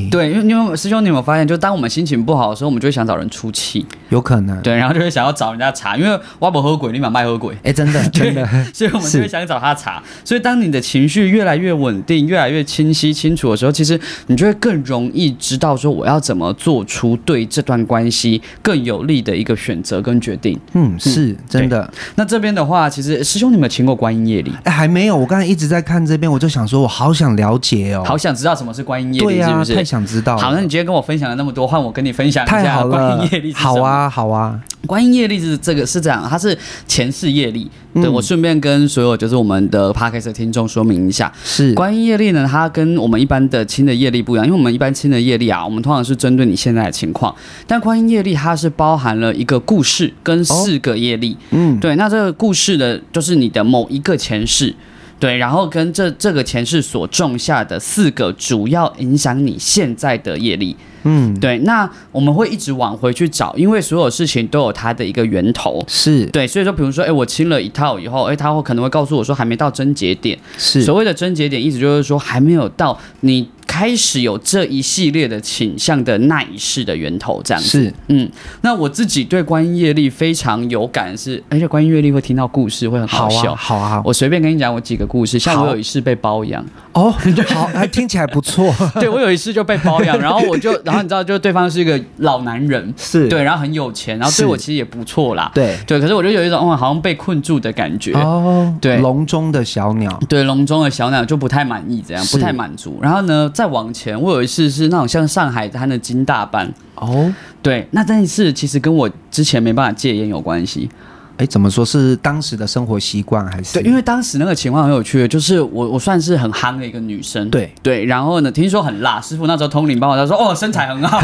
Speaker 2: 对，因为因为师兄，你有没有发现，就当我们心情不好的时候，我们就会想找人出气，
Speaker 3: 有可能。
Speaker 2: 对，然后就会想要找人家茬，因为挖不喝鬼，立马卖喝鬼。
Speaker 3: 哎、真的，真的。
Speaker 2: 所以我们就会
Speaker 3: 是
Speaker 2: 想找他茬。所以当你的情绪越来越稳定、越来越清晰、清楚的时候，其实你就会更容易知道说我要怎么做出对这段关系更有利的一个选择跟决定。
Speaker 3: 嗯，是真的。
Speaker 2: 那这边的话，其实师兄你们有请过观音夜里，
Speaker 3: 哎，还没有，我刚才一直在看这边，我就想说，我好想了解哦。
Speaker 2: 好，想知道什么是观音夜
Speaker 3: 对
Speaker 2: 里，
Speaker 3: 呀、
Speaker 2: 是不
Speaker 3: 太
Speaker 2: 是？
Speaker 3: 想知道了。
Speaker 2: 好，那你今天跟我分享了那么多，换我跟你分享一
Speaker 3: 太
Speaker 2: 下
Speaker 3: 好
Speaker 2: 观
Speaker 3: 了
Speaker 2: 音夜历。。
Speaker 3: 好，啊，好啊，
Speaker 2: 观音业力是这个是这样，它是前世业力。对、
Speaker 3: 嗯
Speaker 2: 我顺便跟所有就是我们的 podcast 的听众说明一下，
Speaker 3: 是
Speaker 2: 观音业力呢，它跟我们一般的亲的业力不一样，因为我们一般亲的业力啊，我们通常是针对你现在的情况，但观音业力它是包含了一个故事跟四个业力。
Speaker 3: 嗯，
Speaker 2: 对，那这个故事的就是你的某一个前世。对，然后跟这这个前世所种下的四个主要影响你现在的业力，
Speaker 3: 嗯，
Speaker 2: 对，那我们会一直往回去找，因为所有事情都有它的一个源头。
Speaker 3: 是
Speaker 2: 对，所以说，比如说，哎，我清了一套以后，哎，他会可能会告诉我说，还没到终结点。
Speaker 3: 是
Speaker 2: 所谓的终结点，意思就是说，还没有到你开始有这一系列的倾向的那一世的源头，这样子。
Speaker 3: 是，
Speaker 2: 嗯，那我自己对观音业力非常有感是，而且观音业力会听到故事，会很
Speaker 3: 好
Speaker 2: 好笑。
Speaker 3: 啊，好啊， 好
Speaker 2: 我随便跟你讲，我几个故事，像
Speaker 3: 好
Speaker 2: 我有一次被包 养。
Speaker 3: 哦，好，哎，听起来不错，
Speaker 2: 对我有一次就被包养，然后我 就，然后你知道，就对方是一个老男人，
Speaker 3: 是
Speaker 2: 对，然后很有钱，然后对
Speaker 3: 是
Speaker 2: 我其实也不错啦，
Speaker 3: 对
Speaker 2: 对，可是我就有一种嗯，好像被困住的感觉。
Speaker 3: 哦，
Speaker 2: 对
Speaker 3: 笼中的小鸟，
Speaker 2: 对笼中的小鸟就不太满意，这样
Speaker 3: 是
Speaker 2: 不太满足。然后呢，再往前，我有一次是那种像上海滩的金大班，
Speaker 3: 哦，
Speaker 2: 对，那但是其实跟我之前没办法戒烟有关系。
Speaker 3: 哎，怎么说是当时的生活习惯还是？
Speaker 2: 对，因为当时那个情况很有趣的，就是我我算是很夯的一个女生，
Speaker 3: 对
Speaker 2: 对，然后呢，听说很辣，师傅那时候通灵帮我，他说哦身材很 好，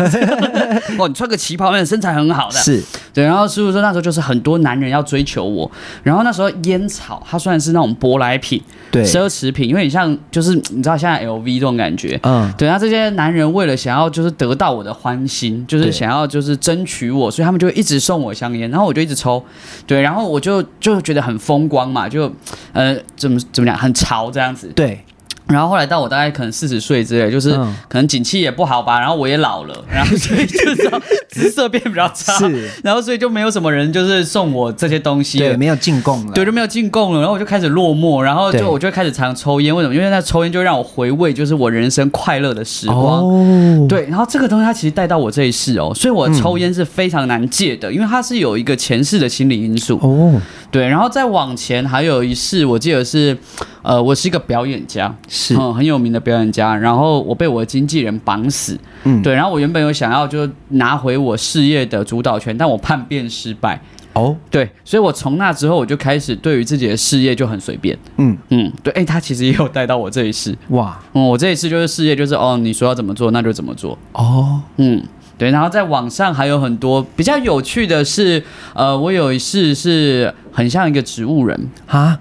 Speaker 2: 哦你穿个旗袍，那身材很好的，
Speaker 3: 是
Speaker 2: 对，然后师傅说那时候就是很多男人要追求我，然后那时候烟草它算是那种舶来品、
Speaker 3: 对，
Speaker 2: 奢侈品，因为你像就是你知道现在 LV 这种感觉。
Speaker 3: 嗯，
Speaker 2: 对，那这些男人为了想要就是得到我的欢心，就是
Speaker 3: 对
Speaker 2: 想要就是争取我，所以他们就一直送我香烟，然后我就一直抽，对，然后我就就觉得很风光嘛，就呃怎么怎么讲，很潮这样子。
Speaker 3: 对，
Speaker 2: 然后后来到我大概可能四十岁之类，就是
Speaker 3: 嗯
Speaker 2: 可能景气也不好吧，然后我也老了，然后所以 就知道姿色变比较差，
Speaker 3: 是，
Speaker 2: 然后所以就没有什么人就是送我这些东西了
Speaker 3: 对，没有进贡了，
Speaker 2: 对，就没有进贡了，然后我就开始落寞，然后
Speaker 3: 对
Speaker 2: 就我就开始常抽烟，为什么？因为那抽烟就让我回味，就是我人生快乐的时光。
Speaker 3: 哦，
Speaker 2: 对，然后这个东西它其实带到我这一世哦，所以我抽烟是非常难戒的，因为它是有一个前世的心理因素。
Speaker 3: 哦，
Speaker 2: 对，然后再往前还有一世，我记得是，呃，我是一个表演家，
Speaker 3: 是，
Speaker 2: 嗯，很有名的表演家，然后我被我的经纪人绑死，
Speaker 3: 嗯，
Speaker 2: 对，然后我原本有想要就拿回我事业的主导权，但我叛变失败，
Speaker 3: 哦，
Speaker 2: 对，所以我从那之后我就开始对于自己的事业就很随便，
Speaker 3: 嗯，
Speaker 2: 嗯，对，哎，他其实也有带到我这一世，
Speaker 3: 哇，
Speaker 2: 嗯，我这一次就是事业就是哦，你说要怎么做那就怎么做，
Speaker 3: 哦，
Speaker 2: 嗯，对，然后在网上还有很多比较有趣的是，呃，我有一次是很像一个植物人，
Speaker 3: 啊，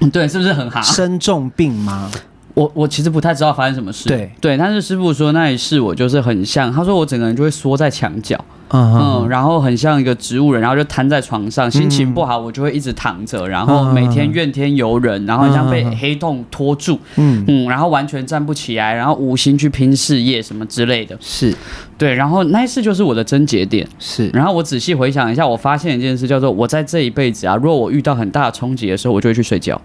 Speaker 2: 嗯对，是不是很哈？
Speaker 3: 生重病吗？
Speaker 2: 我我其实不太知道发生什么事，
Speaker 3: 对
Speaker 2: 对，但是师傅说那一世我就是很像，他说我整个人就会缩在墙角，嗯，
Speaker 3: 嗯哼，
Speaker 2: 然后很像一个植物人，然后就瘫在床上，心情不好我就会一直躺着，然后每天怨天尤人，然后很像被黑洞拖住，
Speaker 3: 嗯，
Speaker 2: 啊嗯，然后完全站不起来，然后无心去拼事业什么之类的，
Speaker 3: 是
Speaker 2: 对，然后那一次就是我的症结点。
Speaker 3: 是，
Speaker 2: 然后我仔细回想一下，我发现一件事，叫做我在这一辈子啊，若我遇到很大的冲击的时候，我就会去睡觉。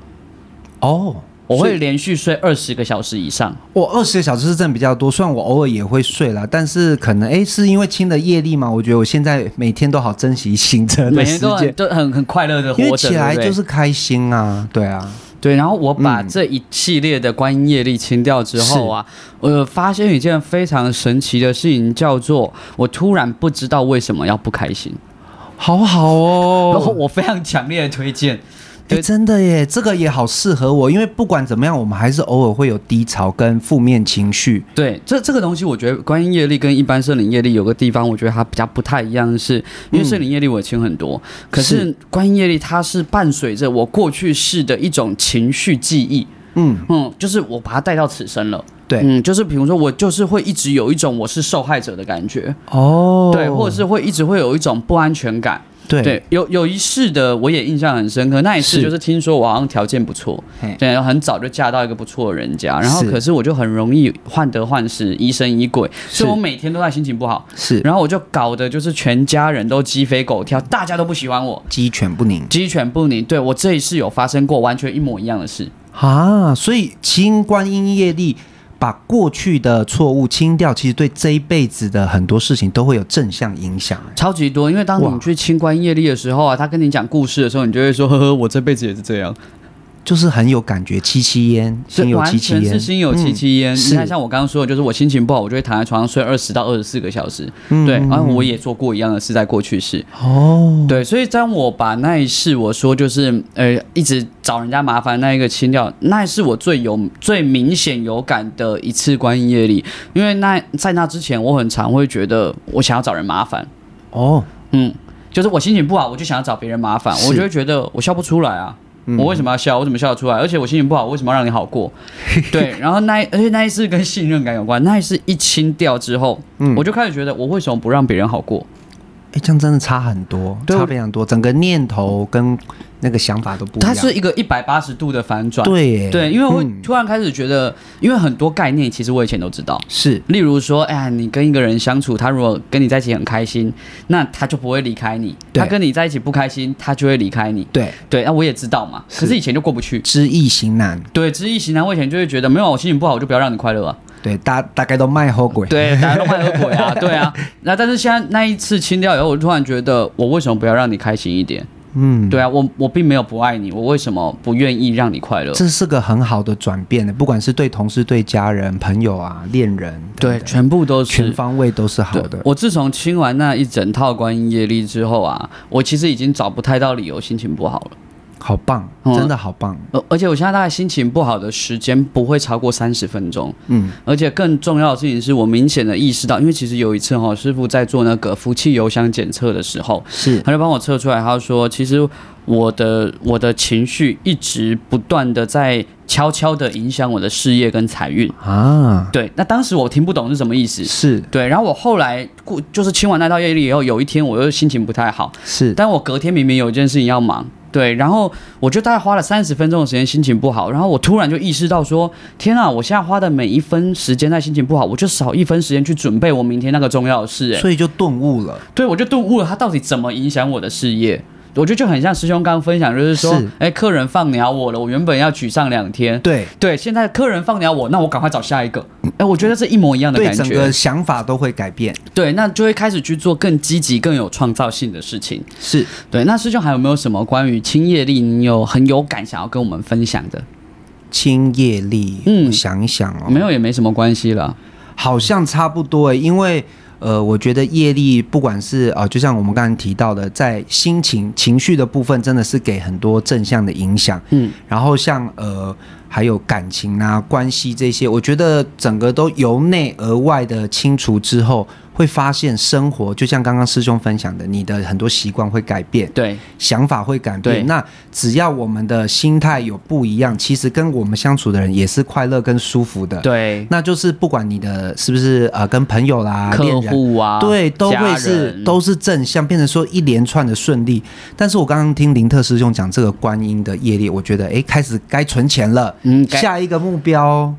Speaker 3: 哦，
Speaker 2: 我
Speaker 3: 所以
Speaker 2: 会连续睡二十个小时以上。
Speaker 3: 我二十个小时是真的比较多，虽然我偶尔也会睡啦，但是可能诶是因为清的业力嘛，我觉得我现在每天都好珍惜醒着
Speaker 2: 每
Speaker 3: 呃的时
Speaker 2: 天都很
Speaker 3: 间，
Speaker 2: 都很很快乐的
Speaker 3: 因为
Speaker 2: 活着，
Speaker 3: 起来
Speaker 2: 对不对
Speaker 3: 就是开心啊，对啊，
Speaker 2: 对。然后我把这一系列的观音业力清掉之后啊，我发现一件非常神奇的事情，叫做我突然不知道为什么要不开心。
Speaker 3: 好好哦。
Speaker 2: 然后我非常强烈的推荐，
Speaker 3: 哎、
Speaker 2: 对
Speaker 3: 真的耶，这个也好适合我，因为不管怎么样，我们还是偶尔会有低潮跟负面情绪。
Speaker 2: 对，这这个东西，我觉得观音业力跟一般圣灵业力有个地方，我觉得它比较不太一样的是，因为圣灵业力我清很多，可是
Speaker 3: 嗯是
Speaker 2: 观音业力它是伴随着我过去式的一种情绪记忆，
Speaker 3: 嗯，
Speaker 2: 嗯，就是我把它带到此生了。
Speaker 3: 对
Speaker 2: 嗯，就是比如说我就是会一直有一种我是受害者的感觉，
Speaker 3: 哦，
Speaker 2: 对，或者是会一直会有一种不安全感，
Speaker 3: 对
Speaker 2: 对，有有一世的我也印象很深刻，那一次
Speaker 3: 是
Speaker 2: 就是听说我好像条件不错
Speaker 3: 嘿，
Speaker 2: 对，然后很早就嫁到一个不错的人家，然后
Speaker 3: 是
Speaker 2: 可是我就很容易患得患失，疑神疑鬼，所以我
Speaker 3: 是
Speaker 2: 每天都在心情不好，
Speaker 3: 是
Speaker 2: 然后我就搞得就是全家人都鸡飞狗跳，大家都不喜欢我，
Speaker 3: 鸡犬不宁
Speaker 2: 鸡犬不宁。对我这一世有发生过完全一模一样的事，
Speaker 3: 啊，所以清观音业力。把过去的错误清掉，其实对这一辈子的很多事情都会有正向影响。
Speaker 2: 超级多。因为当
Speaker 3: 哇
Speaker 2: 你去清官业力的时候啊，他跟你讲故事的时候，你就会说，呵呵，我这辈子也是这样，
Speaker 3: 就是很有感觉，七七烟，
Speaker 2: 是
Speaker 3: 心有
Speaker 2: 完
Speaker 3: 戚戚
Speaker 2: 全是
Speaker 3: 焉，嗯
Speaker 2: 心有戚戚焉。你
Speaker 3: 是
Speaker 2: 看，像我刚刚说的，就是我心情不好，我就会躺在床上睡二十到二十四个小时。
Speaker 3: 嗯
Speaker 2: 对，然后
Speaker 3: 嗯
Speaker 2: 我也做过一样的事，在过去式。
Speaker 3: 哦，
Speaker 2: 对，所以当我把那一世我说就是呃一直找人家麻烦那一个清掉，那是我最有最明显有感的一次观音业力，因为那在那之前我很常会觉得我想要找人麻烦，
Speaker 3: 哦，
Speaker 2: 嗯，就是我心情不好，我就想要找别人麻烦，
Speaker 3: 是
Speaker 2: 我就会觉得我笑不出来啊。
Speaker 3: 嗯
Speaker 2: 我为什么要笑？我怎么笑得出来？而且我心情不好，我为什么要让你好 过？对，然后那一而且那一次跟信任感有关，那一次一清掉之后，
Speaker 3: 嗯
Speaker 2: 我就开始觉得我为什么不让别人好过？
Speaker 3: 哎，这样真的差很多，
Speaker 2: 对
Speaker 3: 差非常多，整个念头跟那个想法都不一
Speaker 2: 它
Speaker 3: 样。
Speaker 2: 是一个一百八十度的反转，
Speaker 3: 对耶
Speaker 2: 对，因为我会
Speaker 3: 嗯
Speaker 2: 突然开始觉得，因为很多概念其实我以前都知道，
Speaker 3: 是
Speaker 2: 例如说，哎呀，你跟一个人相处，他如果跟你在一起很开心，那他就不会离开你；
Speaker 3: 对
Speaker 2: 他跟你在一起不开心，他就会离开你。
Speaker 3: 对
Speaker 2: 对，那、我也知道嘛，可是
Speaker 3: 是
Speaker 2: 以前就过不去。
Speaker 3: 知易行难，
Speaker 2: 对，知易行难，我以前就会觉得没有，我心情不好，我就不要让你快乐啊。
Speaker 3: 对大大概都卖后鬼。
Speaker 2: 对，大家都快乐鬼啊，对啊。那但是现在那一次清掉以后，我突然觉得，我为什么不要让你开心一点？
Speaker 3: 嗯，
Speaker 2: 对啊，我我并没有不爱你，我为什么不愿意让你快乐？
Speaker 3: 这是个很好的转变的，不管是对同事、对家人、朋友啊、恋人，
Speaker 2: 对，全部都是
Speaker 3: 全方位都是好
Speaker 2: 对
Speaker 3: 的。
Speaker 2: 我自从清完那一整套观音业力之后啊，我其实已经找不太到理由心情不好了。
Speaker 3: 好棒，
Speaker 2: 嗯
Speaker 3: 真的好棒。
Speaker 2: 而而且我现在大概心情不好的时间不会超过三十分钟，
Speaker 3: 嗯，
Speaker 2: 而且更重要的事情是我明显的意识到，因为其实有一次哈、师傅在做那个福气油箱检测的时候，
Speaker 3: 是
Speaker 2: 他就帮我测出来，他说其实我的我的情绪一直不断的在悄悄的影响我的事业跟财运。
Speaker 3: 啊，
Speaker 2: 对，那当时我听不懂是什么意思，
Speaker 3: 是
Speaker 2: 对，然后我后来过就是清完那套业力以后，有一天我又心情不太好，
Speaker 3: 是，
Speaker 2: 但我隔天明明有一件事情要忙，对，然后我就大概花了三十分钟的时间心情不好，然后我突然就意识到说，天啊，我现在花的每一分时间在心情不好，我就少一分时间去准备我明天那个重要的事、哎，
Speaker 3: 所以就顿悟了。
Speaker 2: 对我就顿悟了它到底怎么影响我的事业。我觉得就很像师兄刚刚分享，就是说
Speaker 3: 是，
Speaker 2: 哎，客人放鸟我了，我原本要沮丧两天，
Speaker 3: 对嗯
Speaker 2: 对，现在客人放鸟我，那我赶快找下一个，哎，我觉得是一模一样的
Speaker 3: 对，
Speaker 2: 感觉，
Speaker 3: 整个想法都会改变。
Speaker 2: 对，那就会开始去做更积极、更有创造性的事情。
Speaker 3: 是，
Speaker 2: 对，那师兄还有没有什么关于清业力你有很有感想要跟我们分享的？
Speaker 3: 清业力，
Speaker 2: 嗯
Speaker 3: 我想一想哦，
Speaker 2: 没有也没什么关系了。
Speaker 3: 好像差不多诶，因为呃，我觉得业力不管是啊、呃就像我们刚才提到的，在心情情绪的部分，真的是给很多正向的影响。
Speaker 2: 嗯，
Speaker 3: 然后像呃，还有感情啊、关系这些，我觉得整个都由内而外的清除之后，会发现生活就像刚刚师兄分享的，你的很多习惯会改变。
Speaker 2: 对，
Speaker 3: 想法会改
Speaker 2: 对
Speaker 3: 变。那只要我们的心态有不一样，其实跟我们相处的人也是快乐跟舒服的。
Speaker 2: 对，
Speaker 3: 那就是不管你的是不是呃跟朋友啦、
Speaker 2: 客
Speaker 3: 恋人。
Speaker 2: 户啊，
Speaker 3: 对，都
Speaker 2: 家
Speaker 3: 会是
Speaker 2: 人
Speaker 3: 都是正向，变成说一连串的顺利。但是我刚刚听林特师兄讲这个观音的业力，我觉得诶，开始该存钱了，
Speaker 2: 嗯该
Speaker 3: 下一个目标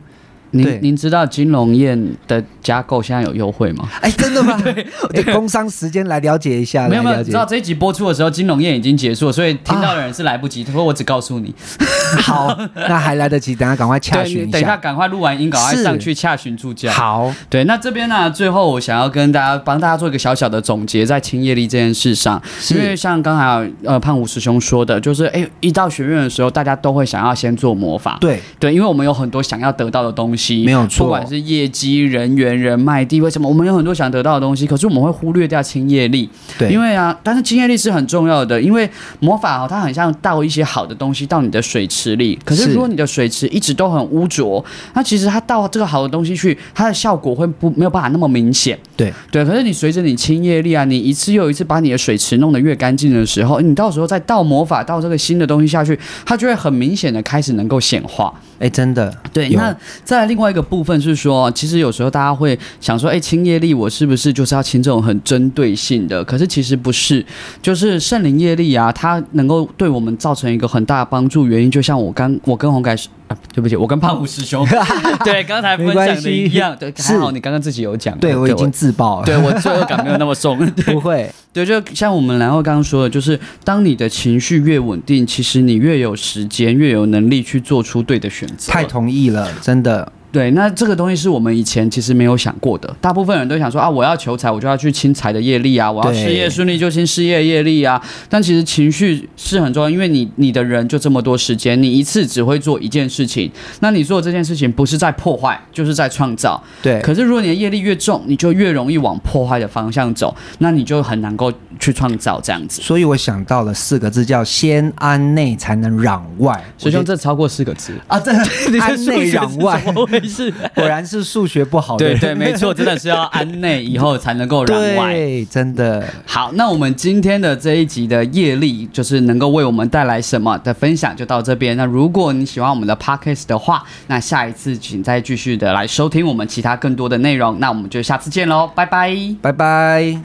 Speaker 3: 对
Speaker 2: 您您知道金融业的加购现在有优惠吗？
Speaker 3: 哎，真的吗？ 对，工商时间来了解一下，
Speaker 2: 没有没
Speaker 3: 啊来
Speaker 2: 有，
Speaker 3: 了
Speaker 2: 你知
Speaker 3: 解啊一
Speaker 2: 道
Speaker 3: 下。
Speaker 2: 这一集播出的时候，金融业已经结束了，所以听到的人是来不及。他说我只告诉你，
Speaker 3: 好，那还来得及，等一下赶快洽
Speaker 2: 对，
Speaker 3: 询
Speaker 2: 你等一下赶快录完音，赶快
Speaker 3: 是
Speaker 2: 上去洽询助教。
Speaker 3: 好，
Speaker 2: 对，那这边呢、最后我想要跟大家帮大家做一个小小的总结，在清业力这件事上，
Speaker 3: 是
Speaker 2: 因为像刚才呃胖虎师兄说的，就是哎、一到学院的时候，大家都会想要先做魔法，
Speaker 3: 对，
Speaker 2: 对，因为我们有很多想要得到的东西，
Speaker 3: 没有错
Speaker 2: 不管是业绩、人员、人脉、地位什么，我们有很多想得到的东西，可是我们会忽略掉清业力，
Speaker 3: 对
Speaker 2: 因为啊，但是清业力是很重要的，因为魔法哦，它很像倒一些好的东西到你的水池里，可是
Speaker 3: 是
Speaker 2: 如果你的水池一直都很污浊，那其实它倒这个好的东西去，它的效果会不没有办法那么明显。
Speaker 3: 对
Speaker 2: 对，可是你随着你清业力啊，你一次又一次把你的水池弄得越干净的时候，你到时候再倒魔法，倒这个新的东西下去，它就会很明显的开始能够显化。
Speaker 3: 哎，真的，
Speaker 2: 对，
Speaker 3: 有
Speaker 2: 那在另外一个部分是说，其实有时候大家会想说，哎、清业力我是不是就是要清这种很针对性的？可是其实不是，就是圣灵业力啊，它能够对我们造成一个很大的帮助。原因就像我 刚我跟洪凯师、啊，对不起，我跟胖虎师兄 对刚才分
Speaker 3: 没关
Speaker 2: 享的
Speaker 3: 系
Speaker 2: 一样，对，还
Speaker 3: 是
Speaker 2: 好你刚刚自己有讲，
Speaker 3: 对我已经自 爆了，
Speaker 2: 对我罪恶感没有那么 重，对
Speaker 3: 不会，
Speaker 2: 对，就像我们然后刚刚说的，就是当你的情绪越稳定，其实你越有时间，越有能力去做出对的选择。
Speaker 3: 太同意了，真的，
Speaker 2: 对，那这个东西是我们以前其实没有想过的。大部分人都想说啊，我要求财，我就要去清财的业力啊；我要
Speaker 3: 对
Speaker 2: 事业顺利，就清事业业力啊。但其实情绪是很重要，因为你你的人就这么多时间，你一次只会做一件事情。那你做这件事情不是在破坏，就是在创造。
Speaker 3: 对，
Speaker 2: 可是如果你的业力越重，你就越容易往破坏的方向走，那你就很难够去创造这样子。
Speaker 3: 所以我想到了四个字，叫先安内才能攘外。
Speaker 2: 师兄，
Speaker 3: 我觉得
Speaker 2: 这超过四个 字。
Speaker 3: 啊，这安内
Speaker 2: 是
Speaker 3: 攘外，
Speaker 2: 怎么回事？
Speaker 3: 果然是数学不好的
Speaker 2: 对
Speaker 3: 人。
Speaker 2: 对，没错，真的是要安内以后才能够攘外。
Speaker 3: 对，真的
Speaker 2: 好，那我们今天的这一集的业力，就是能够为我们带来什么的分享就到这边。那如果你喜欢我们的 podcast 的话，那下一次请再继续的来收听我们其他更多的内容。那我们就下次见喽，拜拜。
Speaker 3: 拜拜。